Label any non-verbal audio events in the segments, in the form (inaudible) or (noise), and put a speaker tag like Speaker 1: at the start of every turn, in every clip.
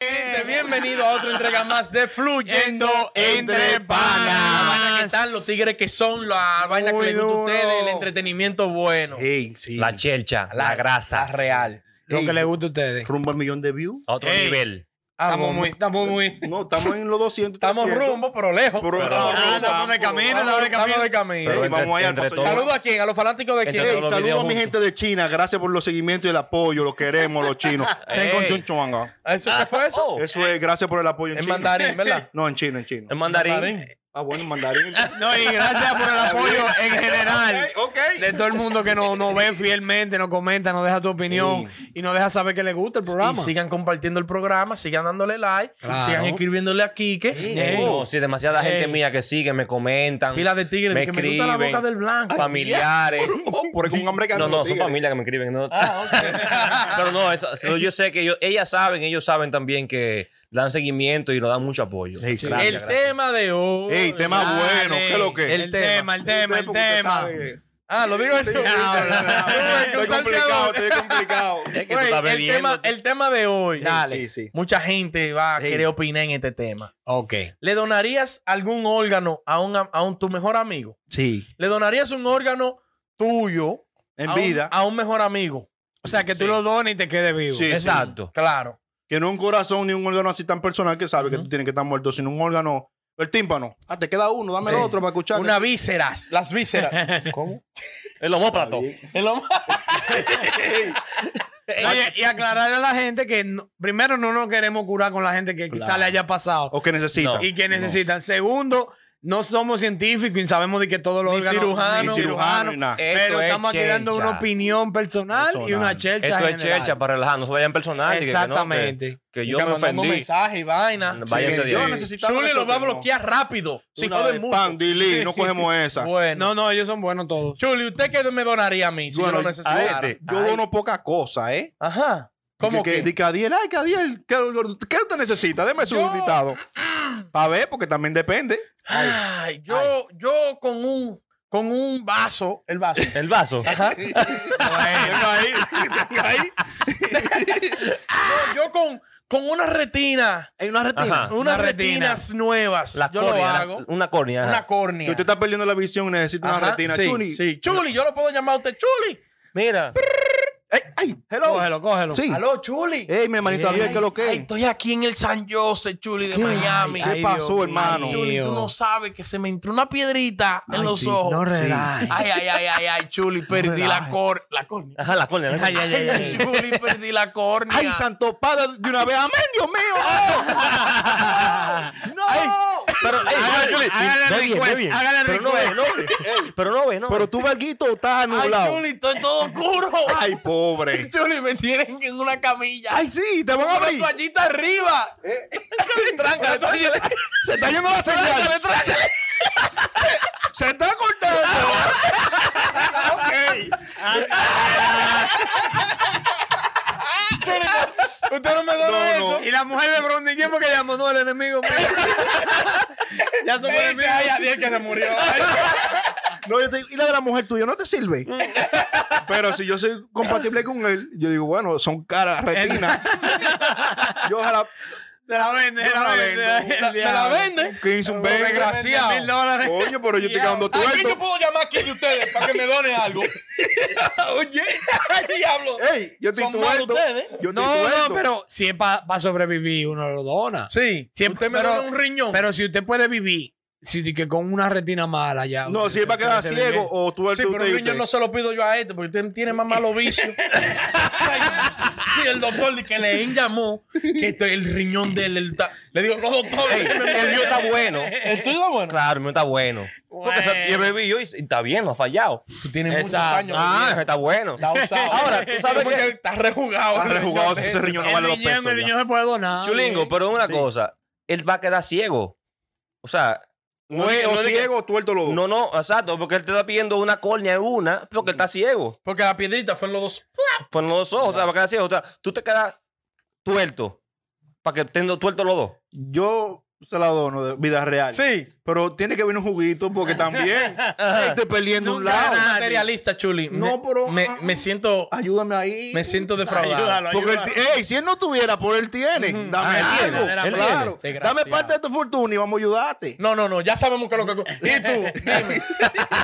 Speaker 1: Gente, bienvenido a otra entrega más de Fluyendo
Speaker 2: Entre
Speaker 1: La
Speaker 2: Panas.
Speaker 1: vaina que están los tigres que son la vaina
Speaker 3: Muy
Speaker 1: que les gusta a
Speaker 3: duro.
Speaker 1: ustedes, el entretenimiento bueno.
Speaker 2: Ey, sí.
Speaker 4: La chelcha, la, grasa. real.
Speaker 3: Lo
Speaker 2: Ey,
Speaker 3: que le gusta a ustedes.
Speaker 2: Rumbo al millón de views.
Speaker 4: A otro
Speaker 1: Ey.
Speaker 4: nivel.
Speaker 1: Estamos muy, estamos muy.
Speaker 2: No, estamos en los 200.
Speaker 1: Estamos
Speaker 2: 300.
Speaker 1: rumbo, pero lejos.
Speaker 2: Pero estamos
Speaker 1: ah, estamos
Speaker 2: rumbo,
Speaker 1: de camino, estamos de
Speaker 2: estamos rumbo.
Speaker 1: camino. de camino.
Speaker 2: Ey,
Speaker 4: Pero entre-
Speaker 2: vamos allá al
Speaker 4: entre
Speaker 2: paso
Speaker 4: todos.
Speaker 2: ya.
Speaker 1: Saludos a quién, a los fanáticos de
Speaker 4: Entre
Speaker 1: quién.
Speaker 2: Ey,
Speaker 4: todos los
Speaker 2: saludos
Speaker 4: videos
Speaker 2: a mi
Speaker 4: juntos.
Speaker 2: gente de China. Gracias por los seguimientos y el apoyo. Los queremos, los chinos. Chen con chun chuanga.
Speaker 1: ¿Eso qué fue eso?
Speaker 4: Oh,
Speaker 2: Eso es, gracias por el apoyo en,
Speaker 1: En
Speaker 2: chino.
Speaker 1: mandarín,
Speaker 3: (laughs)
Speaker 1: ¿verdad?
Speaker 2: No, en chino, en chino.
Speaker 4: el mandarín.
Speaker 2: Ah, bueno, en mandarín.
Speaker 3: No, y gracias por
Speaker 1: (laughs)
Speaker 3: el apoyo en general.
Speaker 2: ok.
Speaker 3: De todo el mundo que nos, nos ve fielmente, nos comenta, nos deja tu opinión y nos deja saber que le gusta el programa.
Speaker 1: Y sigan compartiendo el programa, sigan dándole like,
Speaker 3: Claro. Oh.
Speaker 1: sigan escribiéndole a Quique.
Speaker 4: Ey, no, sí, demasiada gente
Speaker 1: Ey.
Speaker 4: mía que sigue, me comentan.
Speaker 1: Pila de tigres,
Speaker 4: me
Speaker 1: que me
Speaker 4: escriben.
Speaker 1: gusta la boca del blanco. (laughs)
Speaker 4: Familiares.
Speaker 2: Oh, Por eso un hambre que
Speaker 4: No,
Speaker 2: andan
Speaker 4: no,
Speaker 2: los
Speaker 4: son
Speaker 2: tigres.
Speaker 4: familias que me escriben. no.
Speaker 1: Ah. Oh,
Speaker 3: (laughs)
Speaker 4: Pero no, eso- eso yo sé que ellos, ellas saben, ellos saben también que dan seguimiento y nos dan mucho apoyo.
Speaker 2: Ey, sí.
Speaker 1: el tema de hoy.
Speaker 2: Ey, tema bueno. ¿Qué es lo que?
Speaker 1: El, tema.
Speaker 3: el tema, el
Speaker 2: Usted
Speaker 3: tema.
Speaker 2: sabe.
Speaker 1: Ah, lo digo yo.
Speaker 2: Estoy complicado, estoy complicado.
Speaker 4: Es que tú
Speaker 1: Güey,
Speaker 4: estás
Speaker 1: el,
Speaker 4: bebiendo.
Speaker 1: tema, el tema de hoy.
Speaker 2: Dale. (laughs) Sí, sí.
Speaker 1: Mucha gente va a
Speaker 2: Ey.
Speaker 1: querer opinar en este tema.
Speaker 3: Ok.
Speaker 1: ¿Le donarías algún órgano a, un, a un- tu mejor amigo?
Speaker 2: Sí.
Speaker 1: ¿Le donarías un órgano tuyo
Speaker 2: En
Speaker 1: a un-
Speaker 2: vida.
Speaker 1: a un mejor amigo?
Speaker 3: O sea, que tú
Speaker 4: Sí.
Speaker 3: lo dones y te quedes vivo.
Speaker 2: Sí.
Speaker 4: Exacto.
Speaker 1: Claro.
Speaker 2: Que no un corazón ni un órgano así tan personal que sabe que tú tienes que estar muerto, sino un órgano. El tímpano. Ah, te queda uno, dame el
Speaker 1: Sí.
Speaker 2: otro para escuchar.
Speaker 1: Una vísceras. Las
Speaker 3: (laughs)
Speaker 1: vísceras.
Speaker 4: ¿Cómo? El homóplato.
Speaker 1: Es (laughs) lo más-
Speaker 3: Oye, y aclararle a la gente que no- primero no nos queremos curar con la gente que quizá le haya pasado
Speaker 1: Oh,
Speaker 2: O que necesita.
Speaker 4: No.
Speaker 3: y que necesitan. Segundo, no somos científicos y sabemos de que todos los
Speaker 1: Ni
Speaker 3: órganos-
Speaker 1: cirujanos.
Speaker 2: Ni
Speaker 3: ni
Speaker 2: cirujano, ni nada.
Speaker 4: Esto
Speaker 3: pero
Speaker 4: es
Speaker 3: estamos aquí dando
Speaker 4: chelcha.
Speaker 3: una opinión personal, y una chelcha
Speaker 4: Esto es
Speaker 3: general.
Speaker 4: checha para relajar, no se vayan personal. y que- que no, que-
Speaker 3: Exactamente.
Speaker 4: Que,
Speaker 1: Y
Speaker 4: yo
Speaker 1: que
Speaker 4: me
Speaker 1: mandando
Speaker 4: ofendí.
Speaker 1: mensaje y vaina.
Speaker 4: Vaya
Speaker 2: Sí,
Speaker 4: ese
Speaker 2: yo
Speaker 4: día.
Speaker 2: necesitaba
Speaker 1: Chuli
Speaker 2: eso,
Speaker 1: lo va a
Speaker 2: pero no.
Speaker 1: bloquear rápido. Si
Speaker 2: Una
Speaker 1: jode
Speaker 2: vez,
Speaker 1: mucho.
Speaker 2: Pan,
Speaker 3: (laughs)
Speaker 2: delete, (laughs) no cogemos esa.
Speaker 1: Bueno.
Speaker 3: No, no, ellos son buenos todos.
Speaker 1: Chuli, ¿usted qué me donaría a mí si
Speaker 2: Bueno,
Speaker 1: yo lo
Speaker 2: a
Speaker 1: necesitara?
Speaker 2: este, yo dono poca cosa, ¿eh?
Speaker 1: Ajá. ¿Cómo
Speaker 2: que?
Speaker 1: que?
Speaker 2: De Cadiel, ay, Cadiel, ¿qué, ¿qué usted necesita? Deme su
Speaker 1: Yo-
Speaker 2: invitado. A ver, porque también depende.
Speaker 1: Ay, yo, yo con un, con un vaso, el vaso.
Speaker 4: El vaso.
Speaker 2: (laughs) Tenga ahí, tenga ahí.
Speaker 1: yo, yo con, con una retina,
Speaker 2: Hay una
Speaker 4: Ajá.
Speaker 1: unas retinas nuevas.
Speaker 4: La
Speaker 1: yo
Speaker 4: córnea,
Speaker 1: lo
Speaker 4: la-
Speaker 1: hago.
Speaker 4: Una córnea. ajá.
Speaker 1: Una
Speaker 2: Que
Speaker 1: córnea.
Speaker 2: usted está perdiendo la visión, necesita una
Speaker 1: Ajá,
Speaker 2: retina.
Speaker 1: sí,
Speaker 2: Chuni.
Speaker 1: sí. Chuli, yo lo puedo llamar a usted Chuli.
Speaker 4: Mira.
Speaker 2: Ey, ay, hello.
Speaker 3: Cógelo, cógelo.
Speaker 2: Sí. Eh.
Speaker 1: Aló, Chuli.
Speaker 2: Ey, mi hermanito Ariel, ¿qué es lo que
Speaker 1: Ay,
Speaker 2: es?
Speaker 1: estoy aquí en el San Jose, Chuli, de Miami.
Speaker 2: ¿Qué
Speaker 3: Ay,
Speaker 2: pasó,
Speaker 3: Dios
Speaker 2: hermano?
Speaker 3: mío.
Speaker 1: Chuli, tú no sabes que se me entró una piedrita en los ojos.
Speaker 3: No
Speaker 2: Sí.
Speaker 3: relajes.
Speaker 1: Ay, ay, ay, ay, ay, Chuli, perdí la, cor la córnea.
Speaker 4: (laughs) Ajá, la córnea. la córnea.
Speaker 1: Ay, Chuli, perdí la córnea.
Speaker 2: Ay, santo padre, de una vez. Amén, Dios mío. No.
Speaker 1: ¡Oh!
Speaker 4: Pero, ey,
Speaker 3: Hágale-
Speaker 4: Juli,
Speaker 3: hágale
Speaker 4: ve bien,
Speaker 3: request,
Speaker 4: ve bien.
Speaker 3: hágale
Speaker 4: Pero no
Speaker 3: request.
Speaker 4: ve, no ve. Pero no ve, no.
Speaker 2: Pero tú, Valguito, estás
Speaker 1: Ay,
Speaker 2: anulado.
Speaker 1: Chuli, estoy todo oscuro.
Speaker 2: Ay, pobre.
Speaker 1: Chuli, me tienen en una camilla.
Speaker 2: Ay, sí, te van a
Speaker 1: una
Speaker 2: abrir.
Speaker 1: toallita arriba. Tranca la Eh. toallita.
Speaker 2: Se está yendo la señal. (laughs) Se está
Speaker 3: (laughs)
Speaker 2: cortando.
Speaker 3: Usted no me dona
Speaker 2: No,
Speaker 3: eso.
Speaker 2: no.
Speaker 3: Y la mujer de Brondi, ¿quién fue que llamó? No, el enemigo. mío. ya somos enemigos. Ay, Adiel que se murió.
Speaker 2: No, yo te- y la de la mujer tuya no te sirve.
Speaker 3: Mm.
Speaker 2: Pero si yo soy compatible con él, yo digo, bueno, son caras, retinas. yo ojalá
Speaker 3: Te la vende,
Speaker 2: Yo
Speaker 3: te la
Speaker 2: la
Speaker 3: vende.
Speaker 2: vendo.
Speaker 3: el
Speaker 1: La- me la
Speaker 3: diablo.
Speaker 1: venden.
Speaker 2: 15, un
Speaker 3: Un desgraciado.
Speaker 2: desgraciado.
Speaker 3: Mil dólares.
Speaker 2: Oye, pero yo estoy quedando
Speaker 1: ¿A quién yo
Speaker 2: tuerto.
Speaker 1: puedo llamar aquí de ustedes para que me donen (laughs) algo?
Speaker 2: Oye,
Speaker 1: ¡Ay, diablo!
Speaker 2: ey, yo estoy
Speaker 1: Son malos
Speaker 2: tuerto.
Speaker 1: ustedes.
Speaker 2: Yo estoy
Speaker 3: No,
Speaker 2: tuerto.
Speaker 3: no, pero si es para sobrevivir, uno lo dona.
Speaker 1: Sí,
Speaker 3: Siempre-
Speaker 1: usted me
Speaker 3: pero-
Speaker 1: dona un riñón.
Speaker 3: Pero si usted puede vivir, si di que con una retina mala ya. (laughs)
Speaker 2: No, si él va a quedar
Speaker 3: usted se
Speaker 2: ciego
Speaker 3: vive.
Speaker 2: o
Speaker 1: sí,
Speaker 2: tuerto.
Speaker 1: pero
Speaker 2: usted y
Speaker 1: un riñón
Speaker 2: usted.
Speaker 1: no se lo pido yo a este porque usted tiene más malos vicios. y el doctor de que le llamó que este- el riñón de él. el ta- Le digo, no, doctor. (laughs)
Speaker 4: Ey, el mío está bueno.
Speaker 1: ¿El tuyo está bueno?
Speaker 4: Claro, el mío está bueno. Porque se- yo bebí yo y y está bien, no ha fallado.
Speaker 1: Tú tienes
Speaker 3: Exacto.
Speaker 1: muchos años.
Speaker 4: Ah,
Speaker 1: bebiendo.
Speaker 4: está bueno.
Speaker 1: Está usado.
Speaker 4: Ahora, tú sabes
Speaker 1: Porque
Speaker 4: que...
Speaker 1: Está rejugado.
Speaker 2: Está
Speaker 1: el riñón
Speaker 2: "Ah, rejugado,
Speaker 1: de
Speaker 2: ese
Speaker 1: él.
Speaker 2: riñón no
Speaker 3: El
Speaker 2: vale los
Speaker 3: riñón-
Speaker 2: pesos.
Speaker 3: El
Speaker 2: ya. Ah,
Speaker 3: riñón se puede donar.
Speaker 4: Chulingo, pero una cosa. Él va a quedar ciego. O sea, No
Speaker 2: Mue-
Speaker 4: es que-
Speaker 2: o
Speaker 4: no es que-
Speaker 2: ciego o tuerto los dos.
Speaker 4: No, no, exacto, porque él te está pidiendo una córnea en una, porque él está ciego. Pues
Speaker 1: Porque la piedrita fue en los dos.
Speaker 4: Por los ojos, o sea, va a quedar ciego. O sea, tú te quedas tuerto, para que estén tuertos los
Speaker 2: (laughs)
Speaker 4: dos.
Speaker 2: Yo se la dono de vida real.
Speaker 1: Sí.
Speaker 2: Pero tiene que venir un juguito porque también
Speaker 1: (laughs)
Speaker 2: estoy perdiendo un lado.
Speaker 1: Nunca materialista, Chuli.
Speaker 2: No,
Speaker 1: Me-
Speaker 2: pero-
Speaker 1: Me, me siento.
Speaker 2: Ayúdame ahí.
Speaker 1: Me siento defraudado.
Speaker 3: Ayúdalo,
Speaker 2: Porque él, ti- ey, si él no tuviera, por él tiene. Dame
Speaker 4: Ah, él
Speaker 2: algo.
Speaker 4: tiene, él tiene.
Speaker 2: claro.
Speaker 1: Desgraciado.
Speaker 2: Dame parte de tu fortuna y vamos a ayudarte.
Speaker 1: No, no, no. Ya sabemos que es lo que.
Speaker 2: (laughs)
Speaker 1: ¿Y tú? (laughs) Dime.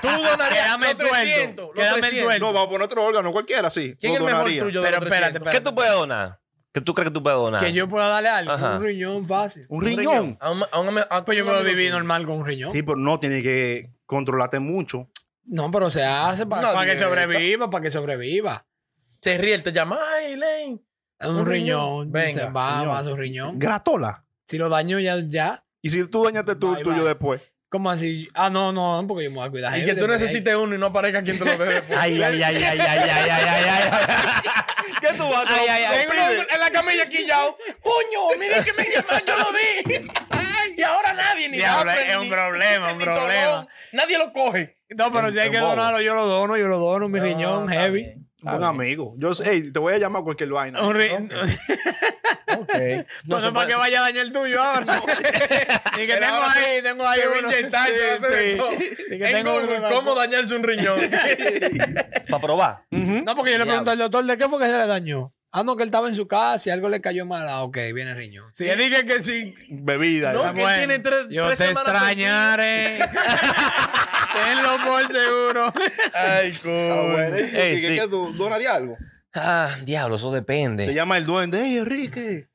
Speaker 1: tú donarías
Speaker 3: Quédame
Speaker 1: los
Speaker 3: el tuerto,
Speaker 1: 300. los
Speaker 3: quédame el
Speaker 1: 300.
Speaker 3: tuerto.
Speaker 2: No, vamos a poner otro órgano, cualquiera, sí.
Speaker 1: ¿Quién es
Speaker 2: Lo
Speaker 1: el mejor
Speaker 2: donaría.
Speaker 1: tuyo de
Speaker 3: Pero
Speaker 1: los
Speaker 3: espérate,
Speaker 1: 300?
Speaker 4: ¿Qué tú puedes donar? ¿Qué tú crees que tú puedes donar?
Speaker 3: Que yo pueda darle algo.
Speaker 4: Ajá.
Speaker 3: Un riñón fácil.
Speaker 2: Un riñón.
Speaker 1: A un- a un ame- a
Speaker 3: Pues yo
Speaker 1: un
Speaker 3: puedo
Speaker 1: amigo
Speaker 3: vivir
Speaker 1: ah, tuyo.
Speaker 3: normal con un riñón.
Speaker 2: Sí, pero no tiene que controlarte mucho.
Speaker 3: No, pero se hace para,
Speaker 1: Una
Speaker 3: para que
Speaker 1: dieta.
Speaker 3: sobreviva, para que sobreviva.
Speaker 1: Te ríe, él te llama. Ay, Lane.
Speaker 3: Un,
Speaker 1: Un riñón.
Speaker 3: riñón.
Speaker 1: Venga,
Speaker 3: se va,
Speaker 1: riñón.
Speaker 3: va a su riñón.
Speaker 2: Gratola.
Speaker 3: Si lo daño ya, ya.
Speaker 2: Y si tú dañaste tú,
Speaker 3: Bye,
Speaker 2: tuyo
Speaker 3: bye.
Speaker 2: después.
Speaker 3: ¿Cómo así? Ah, no, no, porque yo me voy a cuidar. Este,
Speaker 1: Y
Speaker 3: Yo
Speaker 1: que tú
Speaker 3: te-
Speaker 1: necesites uno y no aparezca quien te lo bebe.
Speaker 2: (laughs)
Speaker 4: Ay, ay, ay, ay, ay, ay, ay, ay, ay, ay.
Speaker 2: ¿Qué tú vas a hacer?
Speaker 1: Tengo uno en la camilla aquí ya. Coño, miren que me llaman, yo lo vi. Y ahora nadie ni
Speaker 3: Diablo,
Speaker 1: Dapper,
Speaker 3: es un
Speaker 1: ni-
Speaker 3: problema, un
Speaker 1: ni Tolón,
Speaker 3: problema.
Speaker 1: Nadie lo coge.
Speaker 3: No, pero si hay que donarlo, yo lo dono, yo lo dono, mi
Speaker 1: No,
Speaker 3: riñón
Speaker 1: está
Speaker 3: heavy.
Speaker 1: bien.
Speaker 2: Un amigo. Yo sé, ey, te voy a llamar cualquier vaina.
Speaker 3: Un ri- (laughs)
Speaker 1: Ok.
Speaker 4: No
Speaker 3: No
Speaker 4: se
Speaker 3: sé
Speaker 4: puede-
Speaker 3: para qué vaya a dañar el tuyo ahora. (laughs) Ni que
Speaker 1: Pero
Speaker 3: tengo
Speaker 1: ahora
Speaker 3: ahí, tengo ahí.
Speaker 1: Hay
Speaker 3: uno.
Speaker 1: uno
Speaker 3: Sí,
Speaker 1: inyectarse.
Speaker 3: sí. Ni que
Speaker 1: Es
Speaker 3: tengo uno
Speaker 1: Google,
Speaker 3: en la-
Speaker 1: ¿Cómo dañarse un riñón?
Speaker 3: (laughs)
Speaker 4: Para
Speaker 2: (laughs)
Speaker 4: probar.
Speaker 3: No, porque yo le pregunté al doctor de qué fue que se le dañó. Ah, no, que él estaba en su casa y algo le cayó mal. Ah, ok, viene el riñón. Si él dije que sí. Ah,
Speaker 2: Bebida.
Speaker 1: No,
Speaker 2: ¿verdad?
Speaker 1: que él tiene tres-
Speaker 3: Yo
Speaker 1: tres
Speaker 3: te
Speaker 1: semanas
Speaker 3: (laughs) extrañaré. Tenlo por seguro.
Speaker 1: Ay,
Speaker 2: Ah, bueno,
Speaker 1: coño.
Speaker 2: ¿y tú,
Speaker 4: Ey,
Speaker 2: Quique,
Speaker 4: sí.
Speaker 2: ¿qué tú? ¿Donaría algo?
Speaker 4: Ah, diablo, eso
Speaker 2: Te
Speaker 4: depende.
Speaker 2: llama el duende. Ey, Enrique.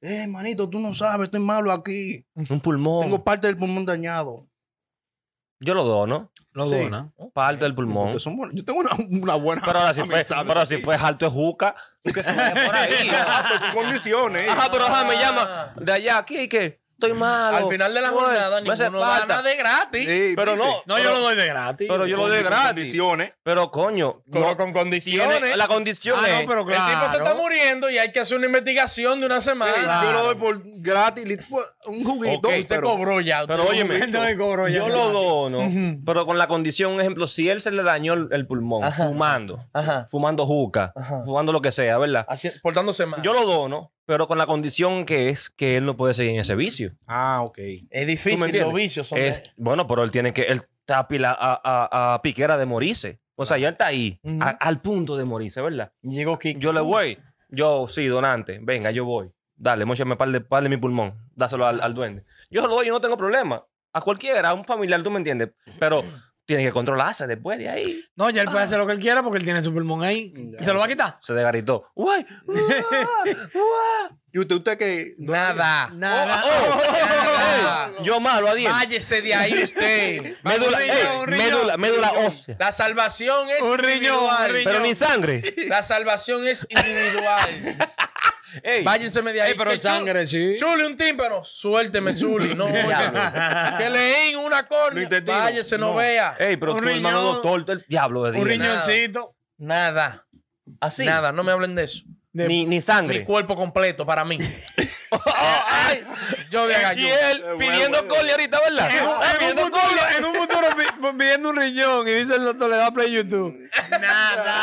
Speaker 2: Eh, manito, tú no sabes, estoy malo aquí.
Speaker 4: Un pulmón.
Speaker 2: Tengo parte del pulmón dañado.
Speaker 4: Yo lo dono.
Speaker 3: Lo
Speaker 2: Sí.
Speaker 3: dona.
Speaker 4: Parte del pulmón.
Speaker 2: Ustedes son buenos. Yo tengo una, una buena.
Speaker 4: Pero
Speaker 2: (laughs)
Speaker 4: ahora si fue,
Speaker 2: amistad,
Speaker 4: pero ahora si
Speaker 2: sí.
Speaker 4: fue alto
Speaker 2: (laughs)
Speaker 4: de juca. Que se vaya por ahí.
Speaker 2: Ah, pero con condiciones.
Speaker 4: Ajá, pero ajá, me
Speaker 1: Ah.
Speaker 4: llama de allá aquí que estoy malo.
Speaker 1: Al final de la
Speaker 4: Uy,
Speaker 1: jornada,
Speaker 4: me hace
Speaker 1: ninguno da
Speaker 4: falta.
Speaker 1: nada de gratis.
Speaker 2: Ey,
Speaker 4: Pero
Speaker 2: ¿viste?
Speaker 4: no,
Speaker 3: No, yo lo doy de gratis.
Speaker 4: pero yo lo doy
Speaker 2: Con
Speaker 4: gratis.
Speaker 2: Condiciones.
Speaker 4: Pero coño,
Speaker 1: Con,
Speaker 4: no
Speaker 1: con
Speaker 4: tiene
Speaker 1: condiciones.
Speaker 4: la condición.
Speaker 3: Ah,
Speaker 4: es-
Speaker 3: no, pero claro.
Speaker 1: El tipo se está muriendo y hay que hacer una investigación de una semana.
Speaker 2: Ey, Yo lo doy por gratis. li- Un juguito.
Speaker 4: Ok, usted
Speaker 1: Usted
Speaker 2: pero-
Speaker 1: cobró ya. usted
Speaker 4: pero
Speaker 1: cobró.
Speaker 4: óyeme,
Speaker 3: No me cobro ya.
Speaker 4: yo lo dono, pero con la condición, un ejemplo, si él se le dañó el, el pulmón
Speaker 1: Ajá.
Speaker 4: fumando,
Speaker 1: Ajá.
Speaker 4: fumando juca,
Speaker 1: Ajá.
Speaker 4: fumando lo que sea, ¿verdad?
Speaker 1: Así, portándose mal.
Speaker 4: Yo lo dono, pero con la condición que es que él no puede seguir en ese vicio.
Speaker 2: Ah, ok.
Speaker 1: es
Speaker 4: ¿Tú me
Speaker 1: difícil,
Speaker 4: entiendes? Este,
Speaker 1: los vicios son.
Speaker 4: Es- bueno, pero él tiene que. Él está a, pila- a- a- a piquera de morirse. O sea, ya él está ahí,
Speaker 1: Ujú.
Speaker 4: a- al punto de morirse, ¿verdad?
Speaker 1: Llegó Kiko.
Speaker 4: Yo le voy. Yo, sí, donante. Venga, yo voy. Dale, mochame par de, par de mi pulmón. Dáselo al, al duende. Yo se lo doy, yo no tengo problema. A cualquiera, a un familiar, tú me entiendes. Pero tiene que controlarse después de ahí.
Speaker 3: No, ya él puede hacer lo que él quiera porque él tiene su pulmón ahí. ¿Se lo va a quitar?
Speaker 4: Se desgaritó.
Speaker 1: (laughs)
Speaker 4: ¡Uy! ¡Uah! ¡Uah!
Speaker 2: ¿Y usted, usted que
Speaker 1: Nada.
Speaker 3: Nada.
Speaker 4: ¡Oh! (laughs)
Speaker 1: Nada.
Speaker 4: ¡Ey! Yo malo a 10.
Speaker 1: Váyese de ahí usted.
Speaker 4: Médula,
Speaker 1: Vamos,
Speaker 4: ey,
Speaker 1: riñón, un riñón.
Speaker 4: médula, médula ósea.
Speaker 1: La salvación es
Speaker 3: Un riñón, un
Speaker 1: individual.
Speaker 3: riñón.
Speaker 4: Pero ni sangre.
Speaker 1: La salvación es (laughs) individual.
Speaker 4: Ey.
Speaker 1: Váyanse de ahí.
Speaker 3: Ey, pero
Speaker 1: Que
Speaker 3: sangre, sí.
Speaker 1: Chuli, Chuli, un tímpano. Suélteme, Chuli.
Speaker 4: (laughs)
Speaker 1: No, oiga. que leen una
Speaker 2: Lo
Speaker 1: córnea.
Speaker 2: intestino.
Speaker 1: Váyese, no,
Speaker 2: No.
Speaker 1: vea.
Speaker 4: Ey, pero
Speaker 3: Un
Speaker 4: tu hermano
Speaker 3: riñón.
Speaker 4: doctor, el diablo de
Speaker 3: Un
Speaker 4: Dios.
Speaker 3: riñoncito.
Speaker 1: Nada.
Speaker 4: Así.
Speaker 1: Nada, no me hablen de eso.
Speaker 3: De-
Speaker 4: Ni, ni
Speaker 1: Mi
Speaker 4: sangre.
Speaker 1: cuerpo completo para
Speaker 4: (laughs)
Speaker 1: mí.
Speaker 4: Ay,
Speaker 1: Yo de gallo.
Speaker 4: y él
Speaker 2: Eh, bueno,
Speaker 4: pidiendo
Speaker 2: bueno.
Speaker 4: cole ahorita, ¿verdad?
Speaker 3: En un-
Speaker 4: Ah,
Speaker 3: en,
Speaker 4: pidiendo
Speaker 3: un futuro,
Speaker 4: cole.
Speaker 3: en un futuro pi- pidiendo un riñón y dice el doctor, le da play YouTube.
Speaker 4: (laughs)
Speaker 3: Nada.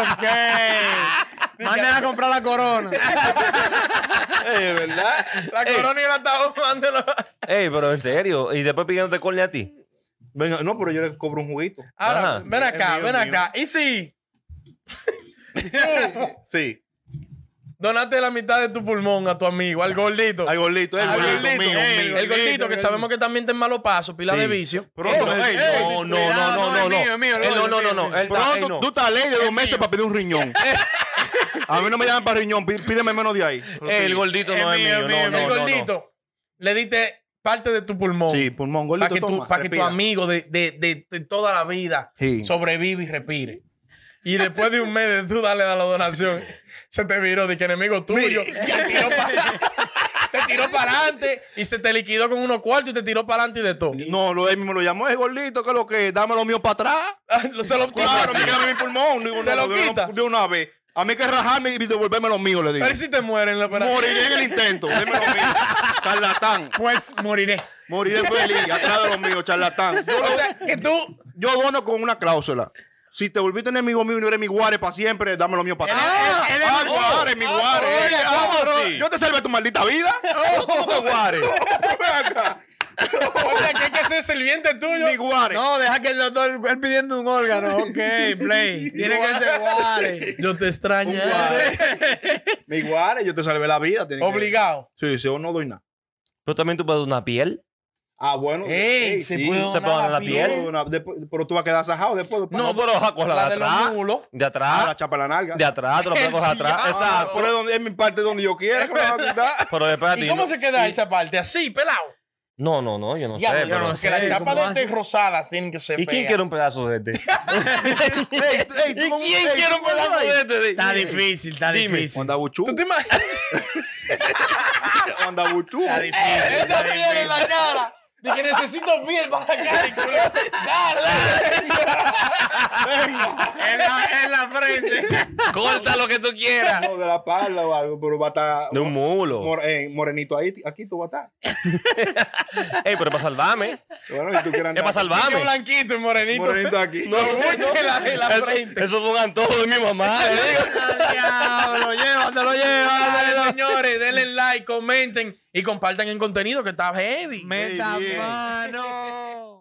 Speaker 3: ok. Manden a comprar la corona.
Speaker 2: Eh, ¿verdad?
Speaker 1: La corona y el ataúd, mándelo.
Speaker 4: Ey, pero en serio. Y después pidiéndote cole a ti.
Speaker 2: Venga, no, pero yo le cobro un juguito.
Speaker 1: Ahora,
Speaker 4: Ajá.
Speaker 1: ven acá,
Speaker 2: Es mío,
Speaker 1: ven
Speaker 2: es mío.
Speaker 1: acá. Y si
Speaker 2: Sí.
Speaker 1: donaste la mitad de tu pulmón a tu amigo, al gordito.
Speaker 2: Al gordito, el
Speaker 1: Al
Speaker 2: gordito
Speaker 1: gordito,
Speaker 2: mío,
Speaker 1: Ah, ey,
Speaker 2: mío.
Speaker 1: el gordito, que sabemos que también está en malo paso, pila
Speaker 2: Sí.
Speaker 1: de vicio. Ah,
Speaker 2: Pero,
Speaker 4: Ey,
Speaker 2: pero,
Speaker 4: ey,
Speaker 2: ey,
Speaker 4: no, no,
Speaker 3: cuidado,
Speaker 4: no,
Speaker 3: no,
Speaker 4: no,
Speaker 3: es
Speaker 4: no.
Speaker 3: mío, es mío,
Speaker 4: Él no,
Speaker 3: es
Speaker 4: no,
Speaker 3: mío,
Speaker 4: no, no.
Speaker 3: es
Speaker 4: Él
Speaker 2: Pronto,
Speaker 4: ey, no.
Speaker 2: tú estás ley de dos meses para pedir un riñón. A mí no me llaman para riñón, pí- pídeme menos de ahí.
Speaker 4: Ey, el gordito no
Speaker 3: Es
Speaker 4: es
Speaker 3: mío,
Speaker 4: mío.
Speaker 3: es mío,
Speaker 4: No,
Speaker 3: es
Speaker 4: no,
Speaker 1: el
Speaker 4: no, no.
Speaker 1: gordito le diste parte de tu pulmón.
Speaker 2: Sí, pulmón, gordito,
Speaker 1: Para que, tu,
Speaker 2: toma,
Speaker 1: pa' que tu
Speaker 2: respira.
Speaker 1: amigo de, de- de- de toda la vida
Speaker 2: Sí.
Speaker 1: sobrevive y respire. Y después de un mes de tú darle a la donación, se te viró de que enemigo tuyo. te tiró para adelante y se te liquidó con unos cuartos y te tiró para adelante y de todo.
Speaker 2: No, lo de mismo lo llamó, es gordito, que lo que, dame lo mío para atrás.
Speaker 1: Ah, Se lo
Speaker 2: Claro, me queda mi pulmón. Digo,
Speaker 1: Se
Speaker 2: no,
Speaker 1: lo
Speaker 2: de una-
Speaker 1: quita.
Speaker 2: De una vez.
Speaker 5: A mí hay que rajarme y devolverme los míos, le digo.
Speaker 1: Pero si te mueren en la operación.
Speaker 5: Moriré en el intento. Deme los míos. Charlatán.
Speaker 6: Pues moriré.
Speaker 5: Moriré feliz. Atrás de los míos, charlatán. Yo,
Speaker 1: O sea, que tú.
Speaker 5: yo dono con una cláusula. Si te volviste enemigo mío y no eres mi guare para siempre, dame los míos para atrás.
Speaker 6: Ah, él es-
Speaker 5: Ah, guare, mi guare.
Speaker 4: oye,
Speaker 5: Ah,
Speaker 4: ¿cómo
Speaker 5: bro,
Speaker 4: así?
Speaker 5: Yo te salvé tu maldita vida. Oh, guare. Ven acá.
Speaker 1: O sea, que hay que ser sirviente tuyo.
Speaker 5: Mi guare.
Speaker 3: No, deja que el doctor, él pidiendo un órgano. Ok, play. Tiene que ser guare.
Speaker 1: Yo te extraño.
Speaker 5: Un Mi guare, yo te salvé la vida. tiene que-
Speaker 1: Obligado.
Speaker 5: Sí, sí, yo no doy nada.
Speaker 4: Pero también tú puedes dar una piel.
Speaker 5: Ah, bueno.
Speaker 1: Ey,
Speaker 5: ey,
Speaker 1: se
Speaker 5: sí.
Speaker 1: puede
Speaker 4: Se puede
Speaker 1: donar la
Speaker 4: donar la
Speaker 1: piel.
Speaker 4: piel.
Speaker 5: Yo, una- después- pero tú vas a quedar sajado después. después
Speaker 4: No, pero ja, con la,
Speaker 1: La
Speaker 4: de
Speaker 1: de los
Speaker 4: atrás.
Speaker 1: músculos.
Speaker 4: De
Speaker 5: Ah, la
Speaker 4: atrás.
Speaker 5: chapa en la nalga.
Speaker 4: De atrás, te lo puedes coger atrás.
Speaker 5: Ah,
Speaker 4: Exacto.
Speaker 5: por ahí donde- es mi parte donde yo quiera que me van a
Speaker 4: (laughs)
Speaker 5: quitar.
Speaker 4: Pero espérate.
Speaker 1: ¿Y cómo
Speaker 4: no-
Speaker 1: se queda esa parte? Así, pelado.
Speaker 4: No, no, no, yo no sé.
Speaker 1: Ya, ya
Speaker 4: pero-
Speaker 1: no, que la
Speaker 3: sé,
Speaker 1: chapa
Speaker 3: ¿cómo
Speaker 1: de este es rosada sin que se
Speaker 4: ¿Y quién
Speaker 1: vea.
Speaker 4: quiere un pedazo de este?
Speaker 5: Ey, tú- ey, tú
Speaker 4: ¿Y
Speaker 5: cómo-
Speaker 4: quién
Speaker 5: ey,
Speaker 4: quiere
Speaker 5: tú
Speaker 4: un
Speaker 5: cómo
Speaker 4: pedazo
Speaker 5: vas?
Speaker 4: de este?
Speaker 6: Está difícil, está
Speaker 4: Dime.
Speaker 6: difícil.
Speaker 5: Onda buchú.
Speaker 1: ¿Tú te imaginas?
Speaker 5: Onda buchú.
Speaker 6: Está difícil.
Speaker 1: Esa piel en la
Speaker 3: (laughs)
Speaker 1: cara. De que necesito piel para la cara. y culo. Dale.
Speaker 6: En la, en la frente.
Speaker 4: (laughs) Corta lo que tú
Speaker 5: (laughs)
Speaker 4: quieras.
Speaker 5: No, de la espalda o algo, pero va a estar
Speaker 4: De un mulo.
Speaker 5: mor- eh, morenito ahí. Aquí tú vas a estar.
Speaker 4: Ey, pero es para salvarme.
Speaker 5: Bueno, y tú quieras
Speaker 4: Es para
Speaker 1: Qué
Speaker 4: salvarme.
Speaker 1: blanquito y morenito. (laughs)
Speaker 5: Morenito aquí.
Speaker 1: No, mucho en la, en
Speaker 4: (laughs)
Speaker 1: la
Speaker 4: Eso-
Speaker 1: frente.
Speaker 4: Eso fue un antojo de mi mamá. eh. le digo.
Speaker 3: Diablo, llévatelo,
Speaker 1: Dale,
Speaker 3: llévatelo.
Speaker 1: señores, denle like, comenten y compartan el contenido que está heavy.
Speaker 3: Meta
Speaker 5: bien.
Speaker 3: mano.